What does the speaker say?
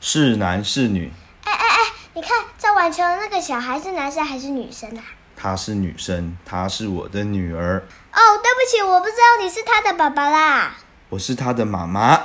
是男是女？哎哎哎，你看在玩球的那个小孩是男生还是女生啊？她是女生，她是我的女儿，哦，对不起，我不知道你是他的爸爸啦。我是她的妈妈。